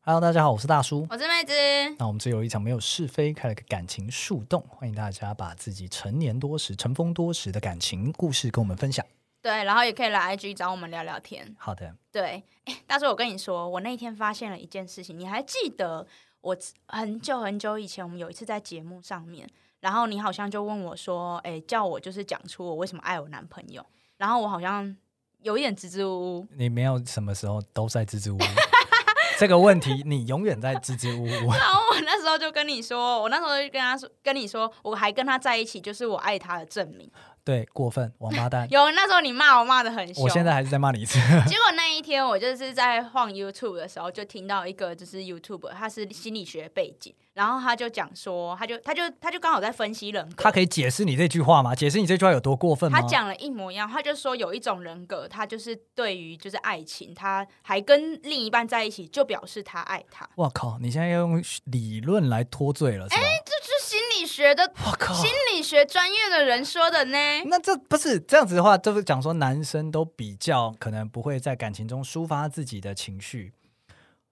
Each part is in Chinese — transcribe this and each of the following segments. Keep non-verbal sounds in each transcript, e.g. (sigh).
Hello，大家好，我是大叔。我是妹子，那我们这有一场没有是非，开了个感情树洞，欢迎大家把自己成年多时、尘封多时的感情故事跟我们分享。对，然后也可以来 IG 找我们聊聊天。好的，对，哎，大叔，我跟你说，我那天发现了一件事情，你还记得我很久很久以前，我们有一次在节目上面，然后你好像就问我说，哎，叫我就是讲出我为什么爱我男朋友，然后我好像有一点支支吾 (laughs) 吾，你没有什么时候都在支支吾 (laughs) 吾，这个问题你永远在支支吾吾。然后我那时候就跟你说，我那时候就跟他说，跟你说，我还跟他在一起，就是我爱他的证明。！对，过分，王八蛋 (laughs) 有，那时候你骂我骂的很凶，我现在还是在骂你一次。 (laughs) 结果那一天，我就是在晃 YouTube 的时候，就听到一个就是 YouTube，他是心理学背景，然后他就讲说，他就他就他就刚好在分析人格他，可以解释你这句话吗？解释你这句话有多过分吗？他讲了一模一样，他就说有一种人格，他就是对于就是爱情，他还跟另一半在一起，就表示他爱他，我靠！你现在要用理论来脱罪了，是吧？这是心理学的我靠！心理学专业的人说的呢。那这不是这样子的话，就是讲说男生都比较可能不会在感情中抒发自己的情绪，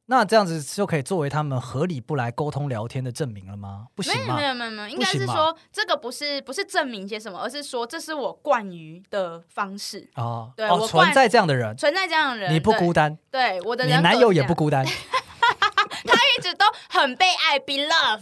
那这样子就可以作为他们合理不来沟通聊天的证明了吗？不行没有吗没？有没有没有，应不该行是吧说这个不是不是证明些什么，而是说这是我惯于的方式，哦对哦，我存惯在这样的人，存在这样的人，你不对孤单，对，我的你人男格友是也这不样，孤单。 (laughs) 一直都很被爱，be (laughs) love。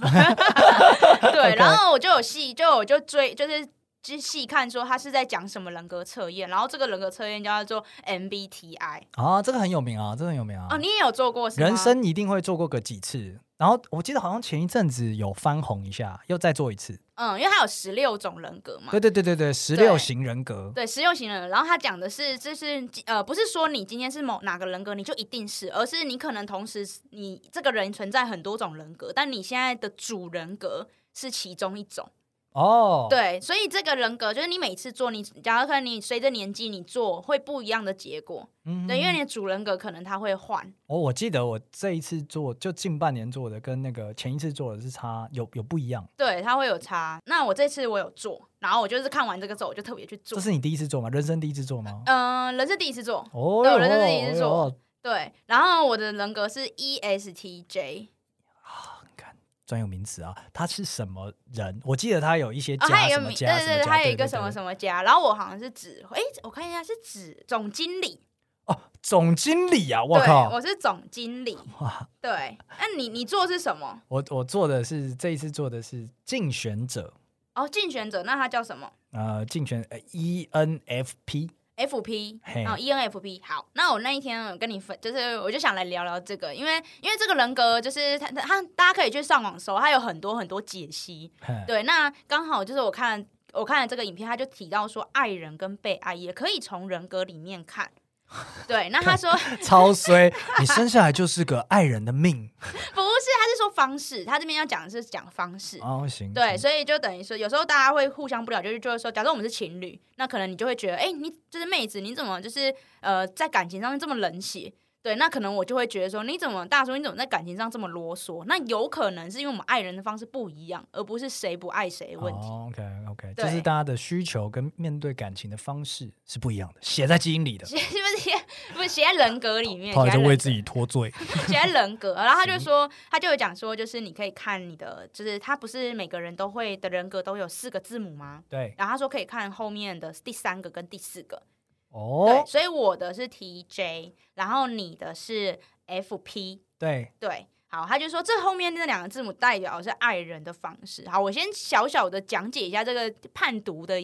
对， OK 然后我就有细，就我就追，就是。就细看说他是在讲什么人格测验，然后这个人格测验叫做 MBTI 啊，这个很有名啊，这个很有名啊。哦，你也有做过是吗？人生一定会做过个几次，然后我记得好像前一阵子有翻红一下，又再做一次。嗯，因为它有十六种人格嘛，对对对对对，十六型人格。对，实用型人格。然后他讲的是，就是呃，不是说你今天是某哪个人格你就一定是，而是你可能同时你这个人存在很多种人格，但你现在的主人格是其中一种。哦，对，所以这个人格就是你每次做，你假如可能你随着年纪你做会不一样的结果，嗯对，因为你的主人格可能他会换，我、我记得我这一次做就近半年做的，跟那个前一次做的是差有有不一样。对，他会有差。那我这次我有做，然后我就是看完这个之后我就特别去做这，是你第一次做吗？人生第一次做 (laughs) 吗？嗯、人是第一次做，哦对哟我人生第一次做哦哟对，然后我的人格是 E ESTJ，专有名词啊，他是什么人？我记得他有一些哦，家还有一什个么名，家，对对什么对，家还有一个什么对什么家，然后我好像是指，诶，我看一下是指总经理，哦，总经理啊！我对，靠，我是总经理，哇，对，那你你做的是什么？我我做的是这一次做的是竞选者，哦，竞选者，那他叫什么？呃，竞选呃 ENFP， FP，嘿然后 ENFP。好，那我那一天我跟你分，就是我就想来聊聊这个，因为因为这个人格就是他他他大家可以去上网搜，他有很多很多解析。哼对，那刚好就是我看我看了这个影片，他就提到说，爱人跟被爱也可以从人格里面看。对，那他说不是，超衰，你生下来就是个爱人的命他是说方式，他这边要讲的是讲方式。哦，行，对，行所以就等于说，有时候大家会互相不了解，就是就是说，假设我们是情侣，那可能你就会觉得，哎、你就是妹子，你怎么就是呃，在感情上面这么冷血？对，那可能我就会觉得说，你怎么大叔，你怎么在感情上这么啰嗦？那有可能是因为我们爱人的方式不一样，而不是谁不爱谁的问题。哦、OK OK，对就是大家的需求跟面对感情的方式是不一样的，写在基因里的。写 (laughs) 是不是写不是写在人格里面？后写来在就人为自己脱罪。写在人格，然后他就说，他就有讲说，就是你可以看你的，就是他不是每个人都会的人格都有四个字母吗？ (laughs) 对，然后他说可以看后面的第三个跟第四个，哦对，，所以我的是 TJ，然后你的是 FP，对，对，好，他就说这后面那两个字母代表的是爱人的方式。好，我先小小的讲解一下这个判读的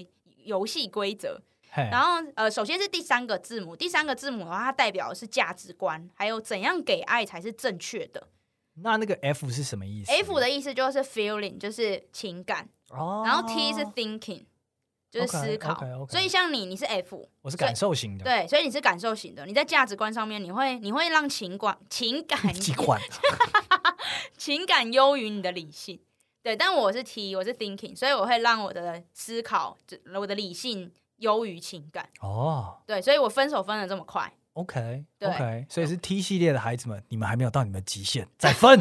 游戏规则。嘿，然后呃，首先是第三个字母，第三个字母的话，它代表的是价值观，还有怎样给爱才是正确的。那那个 F 是什么意思 F 的意思就是 feeling，就是情感，哦，然后 T 是 thinking，就 OK，是思考。 OK，OK 所以像你，你是 F，我是所以感受型的，对，所以你是感受型的，你在价值观上面，你会你会让情感情感 (laughs) 几款 (laughs) 情感优于你的理性。对，但我是 T，我是 thinking，所以我会让我的思考，这我的理性优于情感。哦。对，所以我分手分的这么快， (laughs) OK 对 OK，所以是 T 系列的孩子们，你们还没有到你们极限，再分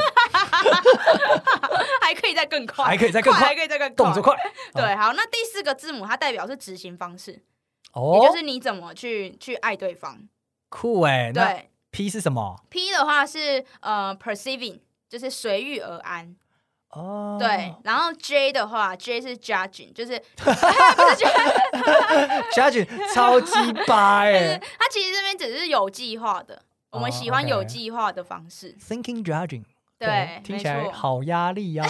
还可以再更 (laughs) 快，还可以再更快还可以再更快，动作快对，好，那第四个字母它代表是执行方式，哦也就，是你怎么去去爱对方。酷哎！那对， P 是什么？ P 的话是呃 perceiving，就是随遇而安。哦，对，然后 J 的话，J 是 judging，就是 (laughs) 不是 j u d ，Judge 超级白 (laughs) 哎他其实这边只是有计划的，我们哦喜欢 OK 有计划的方式。 ，Thinking Judging。对，听没起来错。好压力呀、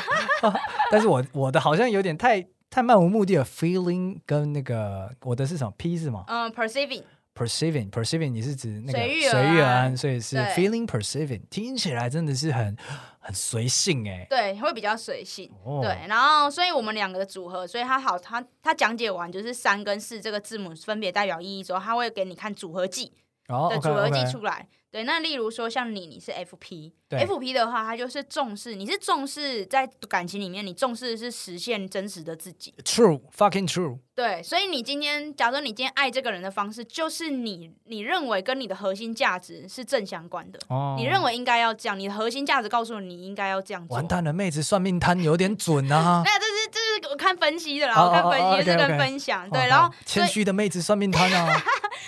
(laughs) 但是我我的好像有点太太漫无目的了。Feeling 跟那个我的是什么 P 是吗嗯，perceiving， ？Perceiving Perceiving 你是指那个随遇而随遇而安安，所以是对 Feeling Perceiving，听起来真的是很很随性哎、对，会比较随性。哦对，然后所以我们两个的组合，所以他好，他他讲解完就是三跟四这个字母分别代表意义之后，他会给你看组合技然后的哦 OK 组合 OK，技出来。对，那例如说像你，你是 FP，对 FP 的话，它就是重视，你是重视在感情里面，你重视的是实现真实的自己。 True fucking True，对，所以你今天，假如你今天爱这个人的方式，就是你你认为跟你的核心价值是正相关的，哦你认为应该要这样，你的核心价值告诉你你应该要这样做。。完蛋了，妹子算命摊有点准啊那这是这是我看分析的啦，哦我看哦分哦析就是 OK，OK 跟分享，哦 (laughs) 对，然好后所谦以虚的妹子算命摊啊，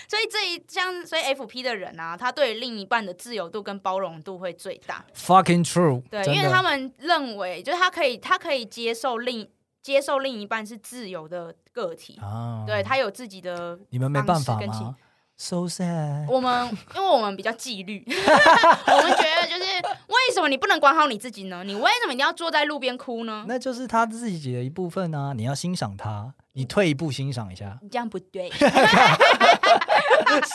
所以这一像所以 FP 的人啊，他对另一半的自由度跟包容度会最大， fucking true，对，真因为的他们认为就是他可以他可以接受另接受另一半是自由的个体，啊，对他有自己的你们没办法方式跟情吗？So sad。我们因为我们比较纪律， (laughs) 我们觉得就是为什么你不能管好你自己呢？你为什么一定要坐在路边哭呢？那就是他自己的一部分啊，你要欣赏他，嗯你退一步欣赏一 (laughs)。下你这样不对，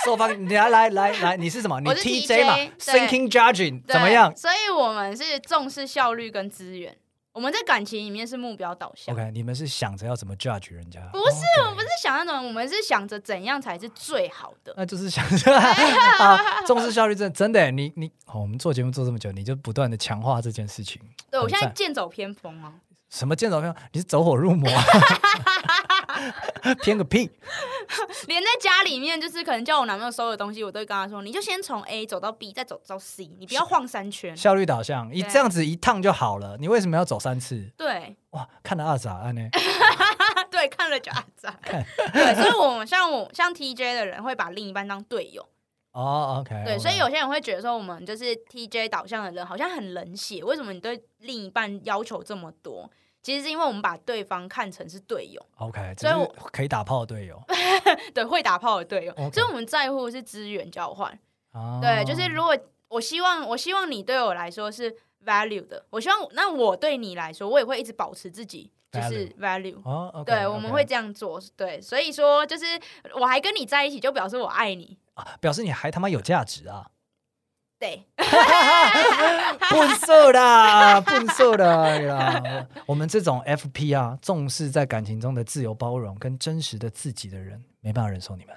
受方，来来来来，你是什么？你我是 TJ 嘛 TJ ，Thinking Judging 对怎么样所以我们是重视效率跟资源，我们在感情里面是目标导向。 ？OK，你们是想着要怎么 judge 人家？不是 OK 我们不是想那种，我们是想着怎样才是最好的。那就是想着 (laughs) 哎啊，重视效率真的真的耶，你你好，我们做节目做这么久，你就不断的强化这件事情。对我很现在赞剑走偏锋啊，什么见走偏，你是走火入魔，啊 (laughs) 偏个屁！连在家里面就是可能叫我男朋友收的东西，我都会跟他说，你就先从 A 走到 B，再走到 C，你不要晃三圈。效率导向，一对这样子一趟就好了，你为什么要走三次？对，哇，看了二傻安呢？ (laughs) 对，看了就阿扎。 (laughs) 对，所以我们像我像 TJ 的人会把另一半当队友，哦，OK，对， OK 所以有些人会觉得说我们就是 TJ 导向的人好像很冷血，为什么你对另一半要求这么多？其实是因为我们把对方看成是队友， OK，所以我只是可以打炮的队 (laughs) 友。对，会打炮的队友 OK 所以我们在乎的是资源交换。哦对，就是如果我希望，我希望你对我来说是 value 的，我希望那我对你来说，我也会一直保持自己就是 value。哦，OK，对， OK 我们会这样做。对，所以说就是我还跟你在一起，就表示我爱你。啊表示你还他妈有价值啊！对，笨色的，笨色的哎呀！ (laughs) 我们这种 FP 啊，重视在感情中的自由包容跟真实的自己的人，没办法忍受你们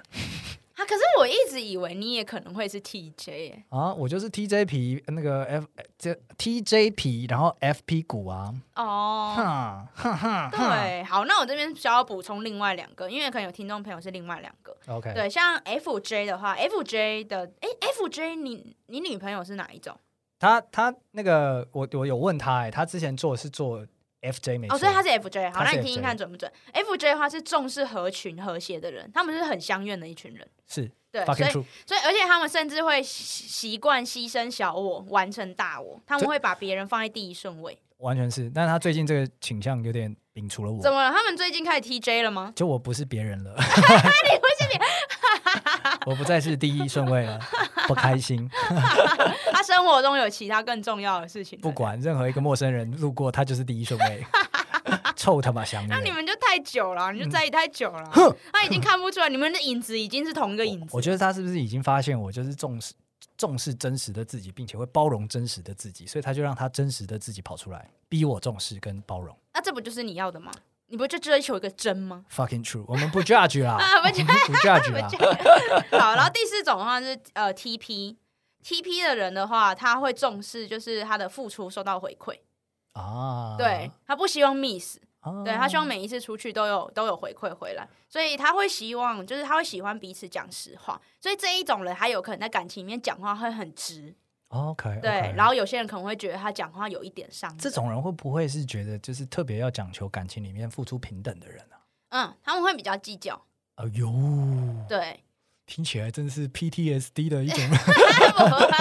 啊，可是我一直以为你也可能会是 TJ 耶啊！我就是 TJ 皮那个 F 这 TJ 皮，然后 FP 股啊，哦。哈哈哈哈。对，好，那我这边需要补充另外两个，因为可能有听众朋友是另外两个。 OK，对，像 FJ 的话，FJ 的，哎，FJ 你你女朋友是哪一种？他他那个我我有问他哎、他之前做的是做 FJ 没错，哦，所以她是 FJ。好，她那是你听听 FJ 看准不准？FJ 的话是重视合群和谐的人，他们是很相怨的一群人。是对，所 fucking 以 true，所以，而且他们甚至会习习惯牺牲小我，完成大我。他们这会把别人放在第一顺位。完全是。但他最近这个倾向有点摒除了我怎，么了？他们最近开始 TJ 了吗？ (laughs) 就我不是别人了， (laughs) 我不再是第一顺位了，不开心。他生活中有其他更重要的事情。不。管任何一个陌生人路过，他就是第一顺位， (laughs) 臭他妈香那你人。们就太久了，你就在一起太久了嗯哼，他已经看不出来，你们的影子已经是同一个影子。我觉得他是不是已经发现我就是重视重视真实的自己，并且会包容真实的自己，所以他就让他真实的自己跑出来，逼我重视跟包容。那这不就是你要的吗？你不就追求一个真吗？ Fucking true，我们不 judge 啦， (laughs) 啊我们不 judge 啦。 (laughs) 好，然后第四种的话是呃 TP。TP 的人的话，他会重视就是他的付出受到回馈，啊，对他不希望 miss，啊，对他希望每一次出去都有都有回馈回来，所以他会希望就是他会喜欢彼此讲实话，所以这一种人他有可能在感情里面讲话会很直， OK，对 OK 然后有些人可能会觉得他讲话有一点伤人，这种人会不会是觉得就是特别要讲求感情里面付出平等的人啊？嗯，他们会比较计较， (laughs) 哎呦，对，听起来真是 PTSD 的一种 (laughs) 我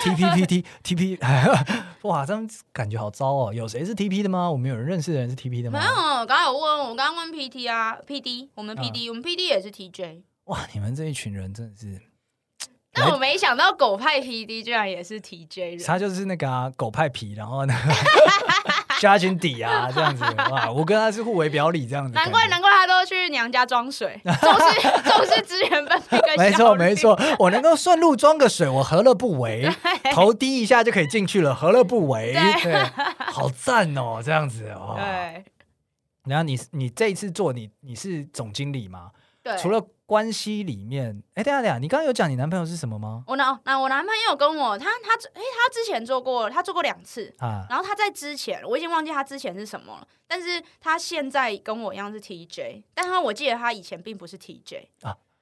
TPPT TP，哎 (laughs) 哇，这样感觉好糟哦。有谁是 TP 的吗？我们有人认识的人是 TP 的吗没？有，刚刚有问，我刚刚问 PT 啊，PD，我们嗯 PD，、我们 PD 也是 TJ，哇，你们这一群人真的是，但我没想到狗派 PD 居然也是 TJ 人，他就是那哎个、啊、狗派皮，然后 (laughs) 呢加军底啊这样子，哇，我跟他是互为表里这样子感难觉。怪难怪他都去娘家装水， (laughs) 重视 (laughs) 重视资源分配跟没效错率没，错，我能够顺路装个水，我何乐不 (laughs) 为？头低一下就可以进去了，何乐不为？对对，好赞哦，这样子哦。对然后你你这一次做你你是总经理吗？对，除了关系里面，哎，等一下等一下，你刚刚有讲你男朋友是什么吗？我男那我男朋友跟我，他他哎、他之前做过，他做过两次，啊，然后他在之前我已经忘记他之前是什么了，但是他现在跟我一样是 TJ，但他我记得他以前并不是 TJ，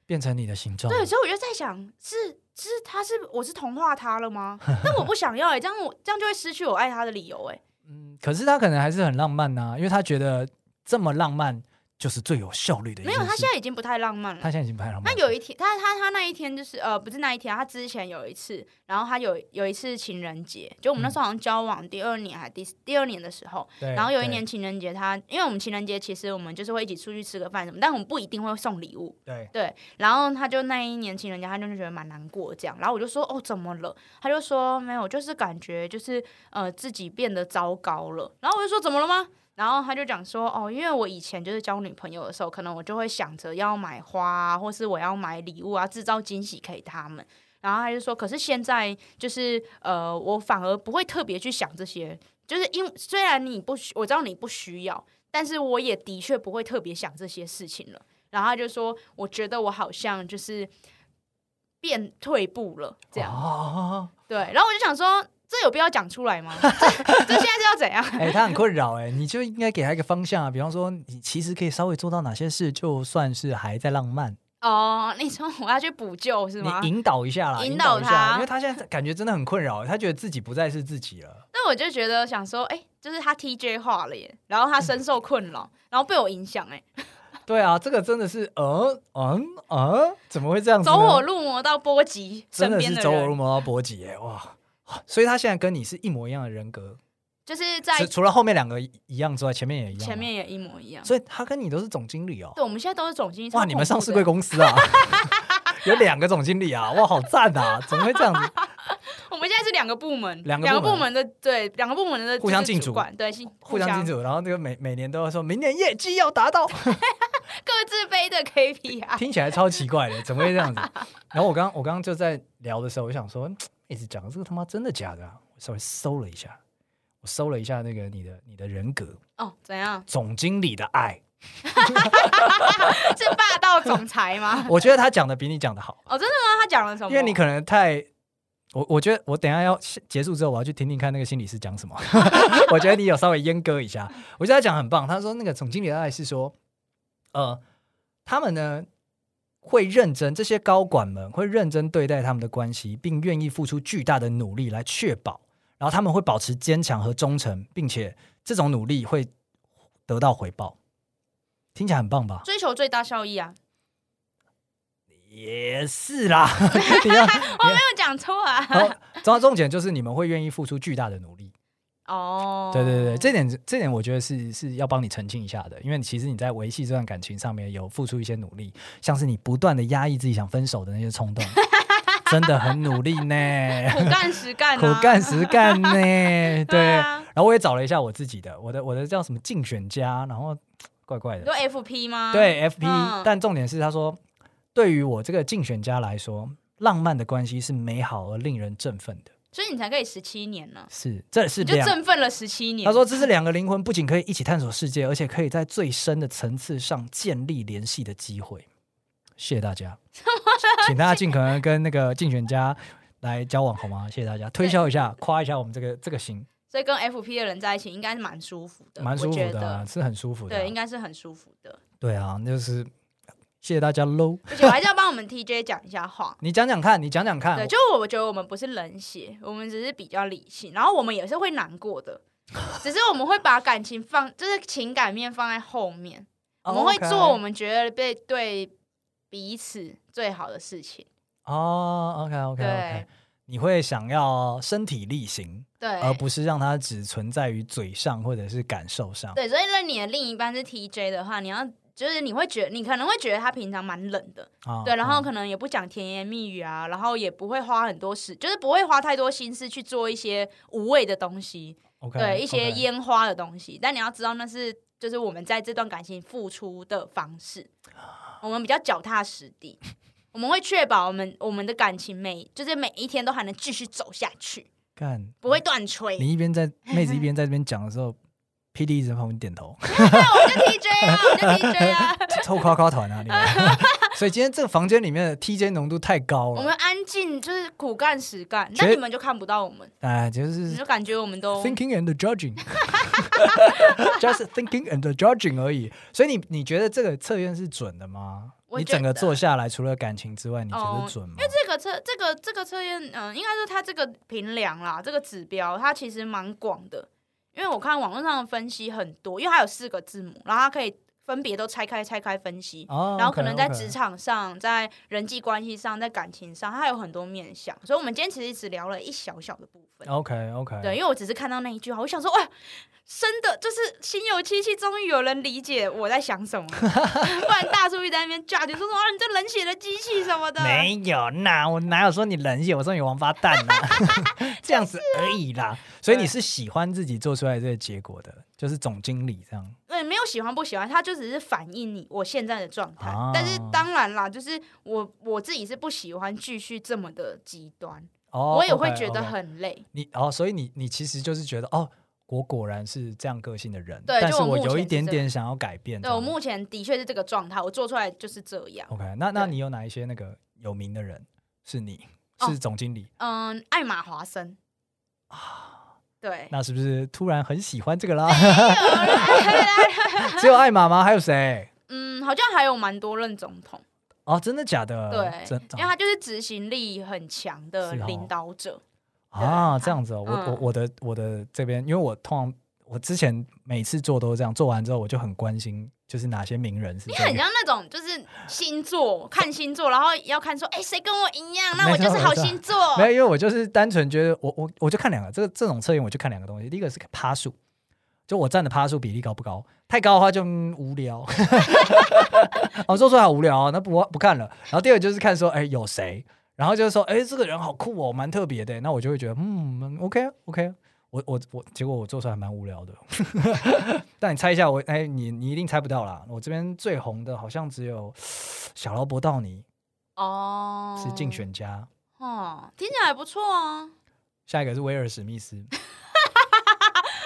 变成你的形状，对，所以我就在想，是是他是我是同化他了吗？ (laughs) 但我不想要哎、这样我这样就会失去我爱他的理由哎、嗯，可是他可能还是很浪漫呐、因为他觉得这么浪漫就是最有效率的一没件有，事。他现在已经不太浪漫了他。现在已经拍浪漫那了。有一天，他他他那一天就是呃，不是那一天啊，他之前有一次，然后他有有一次情人节，就我们那时候好像交往第二年还第第二年的时候，对然后有一哎对年情人节他，因为我们情人节其实我们就是会一起出去吃个饭什么，但我们不一定会送礼物。对对，然后他就那一年情人节，他就觉得蛮难过这样，然后我就说哦怎么了？他就说没有，就是感觉就是呃自己变得糟糕了。然后我就说怎么了吗？然后他就讲说哦，因为我以前就是交女朋友的时候，可能我就会想着要买花、啊，或是我要买礼物啊，制造惊喜给他们。然后他就说，可是现在就是呃，我反而不会特别去想这些，就是因为虽然你不需，我知道你不需要，但是我也的确不会特别想这些事情了。然后他就说，我觉得我好像就是变退步了，这样、哦，对。然后我就想说，这有必要讲出来吗？这这现在是要怎样？ (laughs) (laughs) 哎、他很困扰哎、你就应该给他一个方向啊，比方说你其实可以稍微做到哪些事，就算是还在浪漫，哦，你说我要去补救是吗你？引导一下啦，引引导一下，他因为他现在感觉真的很困扰，他觉得自己不再是自己了。那我就觉得想说，哎、就是他 TJ 化了耶，然后他深受困扰，然后被我影响，哎，对啊，这个真的是，嗯嗯嗯，怎么会这样子呢？走火入魔到波及真身的边是的走火入人，魔到波及哎，哇！所以他现在跟你是一模一样的人格，就是在除除了后面两个一一样之外，前面也一样。啊前，面也一模一样。所以他跟你都是总经理哦。对，我们现在都是总经理，超哇，你们恐上怖市的贵公司啊， (laughs) 有两个总经理啊，哇，好赞啊！怎么会这样子？我们现在是两个部门，两个个部部门的对，两个部门的互相就是竞主逐管，对，是互相竞，逐，然后这个每每年都要说明年业绩要达 (laughs) 到，各自背的 KPI。听起来超奇怪的，怎么会这 (laughs) 样子？然后我刚我刚刚就在聊的时候，我想说，嗯一直讲的这个他妈真的假的、啊？我稍微搜了一下，我搜了一下那个你的你的人格，哦，怎样？ (laughs) 总经理的爱，？是霸道总裁吗 (laughs) 我觉得他讲的比你讲的好，哦，真的吗？他讲了什么？因为你可能太。我我觉得我等一下要结束之后，我要去听听看那个心理师讲什么。 (laughs) 我觉得你有稍微阉割一下，我觉得他讲得很棒。他说那个总经理的爱是说，呃，他们呢会认真，这些高管们会认真对待他们的关系，并愿意付出巨大的努力来确保，然后他们会保持坚强和忠诚，并且这种努力会得到回报。听起来很棒吧？追求最大效 (laughs) 益啊！也是啦， (laughs) 你要哦我没有讲错啊。然后，然后重点就是你们会愿意付出巨大的努力。 (laughs) 哦，对对对，这点这点我觉得是是要帮你澄清一下的，因为其实你在维系这段感情上面有付出一些努力，像是你不断的压抑自己想分手的那些冲 (laughs) 动，真的很努力呢，苦干实干、啊，苦干实干 (laughs) 呢，对对。啊。然后我也找了一下我自己的，我的我的叫什么竞选家，然后怪怪你的说，FP 吗？对 FP，、嗯但重点是他说，对于我这个竞选家来说，浪漫的关系是美好而令人振奋的。所以你才可以十七年呢，是，这是你就两。振奋了十七年。他说：“这是两个灵魂不仅可以一起探索世界，而且可以在最深的层次上建立联系的机会。”谢谢大 (laughs) 家，请大家尽可能跟那个竞选家来交往好吗？谢谢大家，推销一下，夸一下我们这个这个型，所以跟 FP 的人在一起应该是蛮舒服的，蛮舒我服觉的啊、得是很舒服的啊、对，应该是很舒服的。对啊，那就是谢谢大家喽。而且我还是要帮我们 TJ 讲一下 (laughs) 话，你讲讲看，你讲讲看，对，就我觉得我们不是冷血，我们只是比较理性，然后我们也是会难过的，只是我们会把感情放，就是情感面放在后面，我们会做我们觉得被对彼此最好的事情。哦，OK OK OK，对你会想要身体力行，对，而啊不是让它只存在于嘴上或者是感受上。对，所以说你的另一半是 TJ 的话，你要就是你会觉你可能会觉得他平常蛮冷的，啊对，然后嗯可能也不讲甜言蜜语啊，然后也不会花很多时，就是不会花太多心思去做一些无谓的东西， OK，对，一些 OK 烟花的东西。但你要知道，那是就是我们在这段感情付出的方式，啊我们比较脚踏实地，我们会确保我们我们的感情每就是每一天都还能继续走下去，干，不会断吹。你一边 (laughs) 在妹子一边在这边讲的时候，PD 一直在旁边点 (laughs) 头，我就 TJ 啊，我就 TJ (laughs) 啊。臭夸夸团啊你 (laughs) 们！所以今天这个房间里面的 TJ 浓度太高我了， (laughs) 们安静，就是苦干实干，觉但你们就看不到我们，哎，就你是就感觉我们都 thinking and (laughs) judging，just thinking and judging 而已。所以你你觉得这个测验是准的吗？我你觉得整个做下来，除了感情之外，你觉得哦准吗？这个测这个这个测验，嗯、应该说它这个评量啦，这个指标它其实蛮广的，因为我看网络上的分析很多，因为它有四个字母，然后它可以分别都拆开拆开分析。哦然后可能在 OK，OK 职场上、在人际关系上、在感情上，它有很多面向，所以我们今天其实只聊了一小小的部分。 OK 哦 OK，对，因为我只是看到那一句话，我想说，哇，真的就是心有戚戚，终于有人理解我在想什么， (laughs) 不然大叔一直在那边 judge 说什么啊你这冷血的机器什么的，没有啦，我哪有说你冷血，我说你王八蛋 (laughs) 啦，这样子而已啦。所以你是喜欢自己做出来这个结果的，就是总经理这样。对，没有喜欢不喜欢，他就只是反映你我现在的状态。啊但是当然啦，就是我我自己是不喜欢继续这么的极端，哦，我也 OK，会觉得 OK 很累。你哦，所以你你其实就是觉得哦，我果然是这样个性的人，对但就是我目有前一是点这点想要改变这对我样。目前的确是这个状态，我做出来就是这样。 OK，那那对你有哪一些那个有名的人是你哦是总经理？嗯，艾玛华森啊 (laughs) 对，那是不是突然很喜欢这个 (laughs) 啦？有啦只有艾玛吗？还有谁？嗯，好像还有蛮多任总统。哦，真的假的？对，真哦因为他就是执行力很强的是哦领导者。啊，对这样子哦，我我嗯我的我的这边，因为我通常我之前每次做都是这样，做完之后我就很关心，就是哪些名人是你这很个。像那种就是星座，看星座，然后要看说，哎、谁跟我一样？那没我就错是好没错星座。没有，因为我就是单纯觉得我我我就看两个，这个这种测验我就看两个东西，第一个是趴数，就我占的趴数比例高不高，太高的话就、嗯无聊， (laughs) 我做出来好无聊哦，那不不看了。然后第二个就是看说，哎，有谁，然后就是说，哎，这个人好酷哦，蛮特别的，那我就会觉得，嗯，OK OK，我我我，结果我做出来还蛮无聊的。 (laughs) 但你猜一下我，哎，你你一定猜不到啦，我这边最红的好像只有小劳勃道尼哦，是竞选家。哦，听起来不错 (laughs) 啊，下一个是威尔史密斯， (laughs)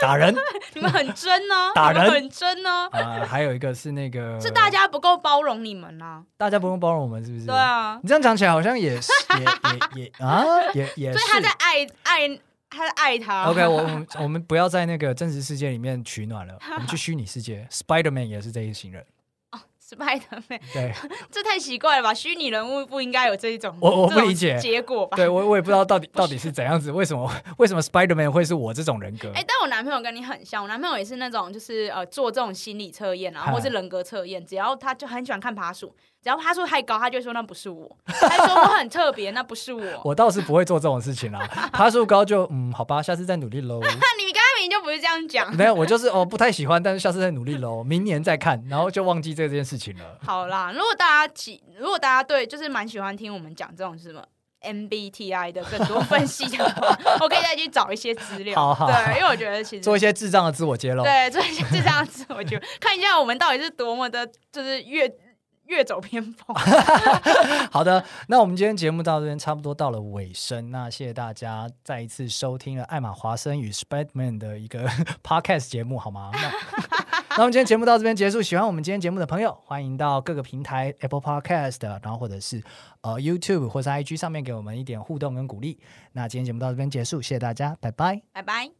打人你们很真呢、(laughs) 啊，打你们人嗯很真呢、啊。啊、还有一个是那个，是大家不够包容你们啊，大家不用包容我们，是不是？对。啊，你这样讲起来好像也 (laughs) 是，也也也啊，也也所是以。他在爱爱，他在爱他。 OK，我我 (laughs) 们我们不要在那个真实世界里面取暖了，我们去虚拟世界。Spider Man 也是这一型人， Spider Man， (laughs) 对这太奇怪了吧？虚拟人物不应该有这一种，我我这种不理解结果吧？对，我我也不知道到底到底是怎样子，为什么 (laughs) 为什么 Spider Man 会是我这种人格？哎、但我男朋友跟你很像，我男朋友也是那种就是呃做这种心理测验啊，嗨或是人格测验，只要他就很喜欢看爬树，只要爬树太高，他就会说那不是我，他说我很特别，那不是我。 (laughs) 我倒是不会做这种事情 (laughs) 啦，爬树高就嗯，好吧，下次再努力喽。那你刚才明明就不是这样 (laughs) 讲。没有，我就是哦不太喜欢，但是下次再努力喽，明年再看，然后就忘记这件事情了。好啦，如果大家喜，如果大家对就是蛮喜欢听我们讲这种什么 MBTI 的更多分析的 (laughs) 话，我可以再去找一些资料。好好好对，因为我觉得其 (laughs) 实做一些智障的自我揭露。对，所以就这样子，我就看一下我们到底是多么的，就是越越走偏 (laughs) 锋。好的，那我们今天节目到这边差不多到了尾声，那谢谢大家再一次收听了艾玛华森与 Spiderman 的一个 (laughs) podcast 节目，好吗？那 (laughs) 那我们今天节目到这边结束。喜欢我们今天节目的朋友，欢迎到各个平台 Apple Podcast，然后或者是呃 YouTube 或是 IG 上面给我们一点互动跟鼓励。那今天节目到这边结束，谢谢大家，拜拜。拜拜。